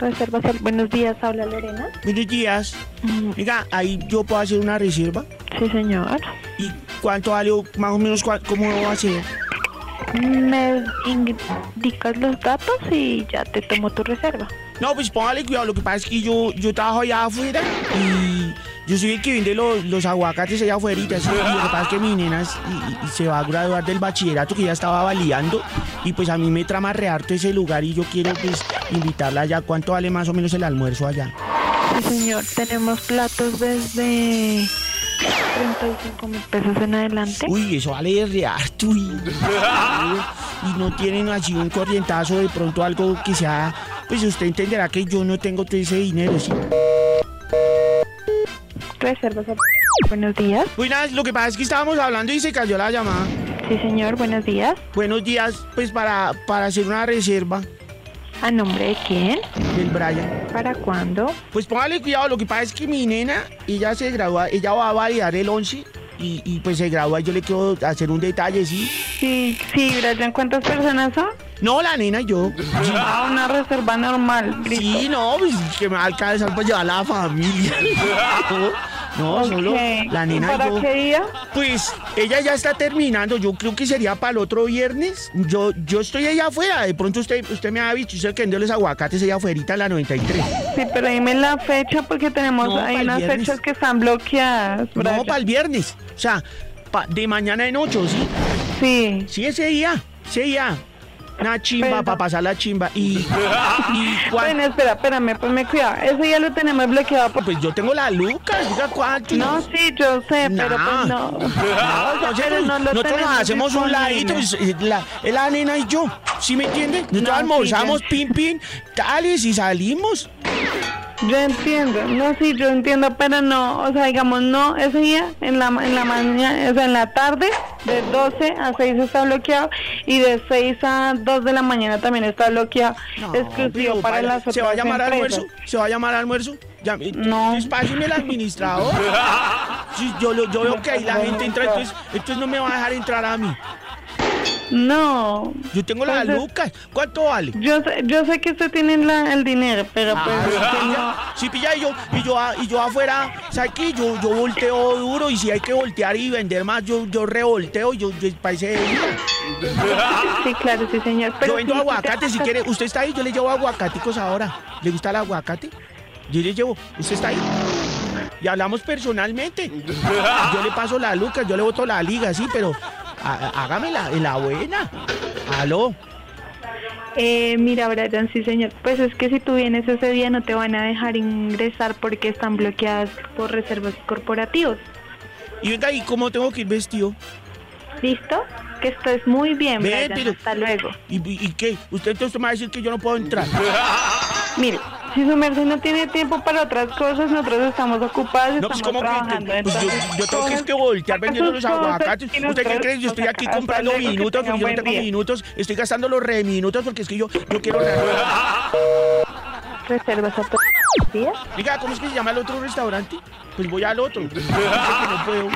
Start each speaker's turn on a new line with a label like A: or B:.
A: Reservación. Buenos días, habla Lorena.
B: Buenos días. Oiga, ahí yo puedo hacer una reserva.
A: Mm, Sí, señor.
B: ¿Y cuánto vale o más o menos cua- cómo va a ser?
A: Me indicas los datos y ya te tomo tu reserva.
B: No, pues póngale cuidado. Lo que pasa es que yo, yo trabajo allá afuera y yo soy el que vende los, los aguacates allá afuera. ¿sí? Y lo que pasa es que mi nena es- y- y se va a graduar del bachillerato que ya estaba validando. Y pues a mí me trama rearte ese lugar y yo quiero pues invitarla allá. ¿Cuánto vale más o menos el almuerzo allá?
A: Sí, señor. Tenemos platos desde 35 mil pesos en adelante.
B: Uy, eso vale de harto. Y, y no tienen así un corrientazo de pronto algo que sea. Pues usted entenderá que yo no tengo todo ese dinero, ¿sí?
A: Reservas. Buenos días.
B: Uy, nada, lo que pasa es que estábamos hablando y se cayó la llamada.
A: Sí, señor. Buenos días.
B: Buenos días, pues para, para hacer una reserva
A: ¿A nombre de quién?
B: del Brian.
A: ¿Para cuándo?
B: Pues póngale cuidado, lo que pasa es que mi nena, ella se gradúa, ella va a validar el 11 y, y pues se gradúa, yo le quiero hacer un detalle, ¿sí?
A: Sí, sí, Brian. ¿Cuántas personas son?
B: No, la nena y yo.
A: Ah, una reserva normal. listo.
B: Sí, no, pues que me va a alcanzar para llevar a la familia. No, no, solo
A: Ok.
B: la nena y
A: ¿Para
B: yo.
A: qué día?
B: Pues ella ya está terminando, yo creo que sería para el otro viernes. Yo, yo estoy allá afuera, de pronto usted, usted me ha visto, usted que vende los aguacates allá afuera, en la 93.
A: Sí, pero dime la fecha porque tenemos
B: No,
A: hay
B: para el
A: unas
B: viernes.
A: fechas que están bloqueadas. Brian.
B: No, para el viernes. O sea, pa- de mañana en ocho, ¿sí?
A: Sí.
B: Sí, ese día. Ese día. Una chimba
A: Pero-
B: para pasar la chimba. Y. y cuan-
A: Bueno, espera, espérame, pues ponme cuidado. Ese ya lo tenemos bloqueado. por-
B: Pues yo tengo la Lucas, diga cuánto.
A: No, sí, yo sé, pero
B: Nah.
A: pues no.
B: No, entonces,
A: Pero no lo
B: nosotros nos
A: tenemos
B: hacemos un
A: disponible.
B: ladito, pues, eh, la, es la nena y yo, ¿sí me entiende? Nosotros
A: No, sí,
B: almorzamos,
A: ya.
B: pin, pin, tales y salimos.
A: Yo entiendo, no, sí, yo entiendo, pero no, o sea, digamos, no, ese día en la, ma- en la mañana, o sea, en la tarde, de 12 a 6 está bloqueado y de 6 a 2 de la mañana también está bloqueado,
B: No,
A: exclusivo
B: pero
A: para,
B: vale,
A: las otras
B: ¿Se va a llamar
A: empresas.
B: almuerzo? ¿Se va a llamar almuerzo? Llame-
A: No.
B: Dispácheme el administrador. Sí, yo, lo- yo veo que ahí la gente entra, entonces, entonces no me va a dejar entrar a mí.
A: No,
B: Yo tengo la
A: Entonces-
B: Lucas. ¿Cuánto vale?
A: yo sé, yo sé que usted tiene la- el dinero, pero
B: Ah.
A: pues, que no.
B: Si pilla y yo, y yo, a- y yo afuera, ¿sabes qué? Yo, yo volteo duro y si hay que voltear y vender más, yo, yo revolteo, yo, yo parece de vida.
A: Sí, claro, sí, señor. Pero
B: Yo vendo
A: sí,
B: aguacate,
A: ya-
B: si quiere, usted está ahí, yo le llevo aguacaticos ahora. ¿Le gusta el aguacate? Yo le llevo, usted está ahí. Y hablamos personalmente. Yo le paso la lucas, yo le voto la liga, sí, pero a- hágame la, la buena. Aló.
A: Eh, mira, Brian, sí, señor. Pues es que si tú vienes ese día no te van a dejar ingresar porque están bloqueadas por reservas corporativos.
B: Y venga, ¿y cómo tengo que ir vestido?
A: ¿Listo? Que estés muy bien,
B: Ve,
A: Brian.
B: pero-
A: Hasta luego.
B: ¿Y, y- y qué? Usted entonces me va a decir que yo no puedo entrar.
A: Mire, si su merced no tiene tiempo para otras cosas, nosotros estamos ocupados,
B: No,
A: estamos
B: pues como que
A: trabajando.
B: te- pues, yo,
A: entonces,
B: yo tengo que,
A: coge-
B: es que voltear
A: saca
B: vendiendo
A: sus
B: los
A: cosas
B: aguacates.
A: y
B: ¿Usted qué
A: nosotros
B: cree? Yo
A: nos
B: estoy aquí
A: saca-
B: comprando
A: pues, hasta luego, que
B: minutos,
A: tenga
B: porque yo
A: buen
B: no tengo
A: día.
B: minutos, estoy gastando los re minutos porque es que yo, yo quiero re-
A: Reservas a todos los días.
B: Diga, ¿cómo es que se llama el otro restaurante? Pues voy al otro. Dice que no puedo.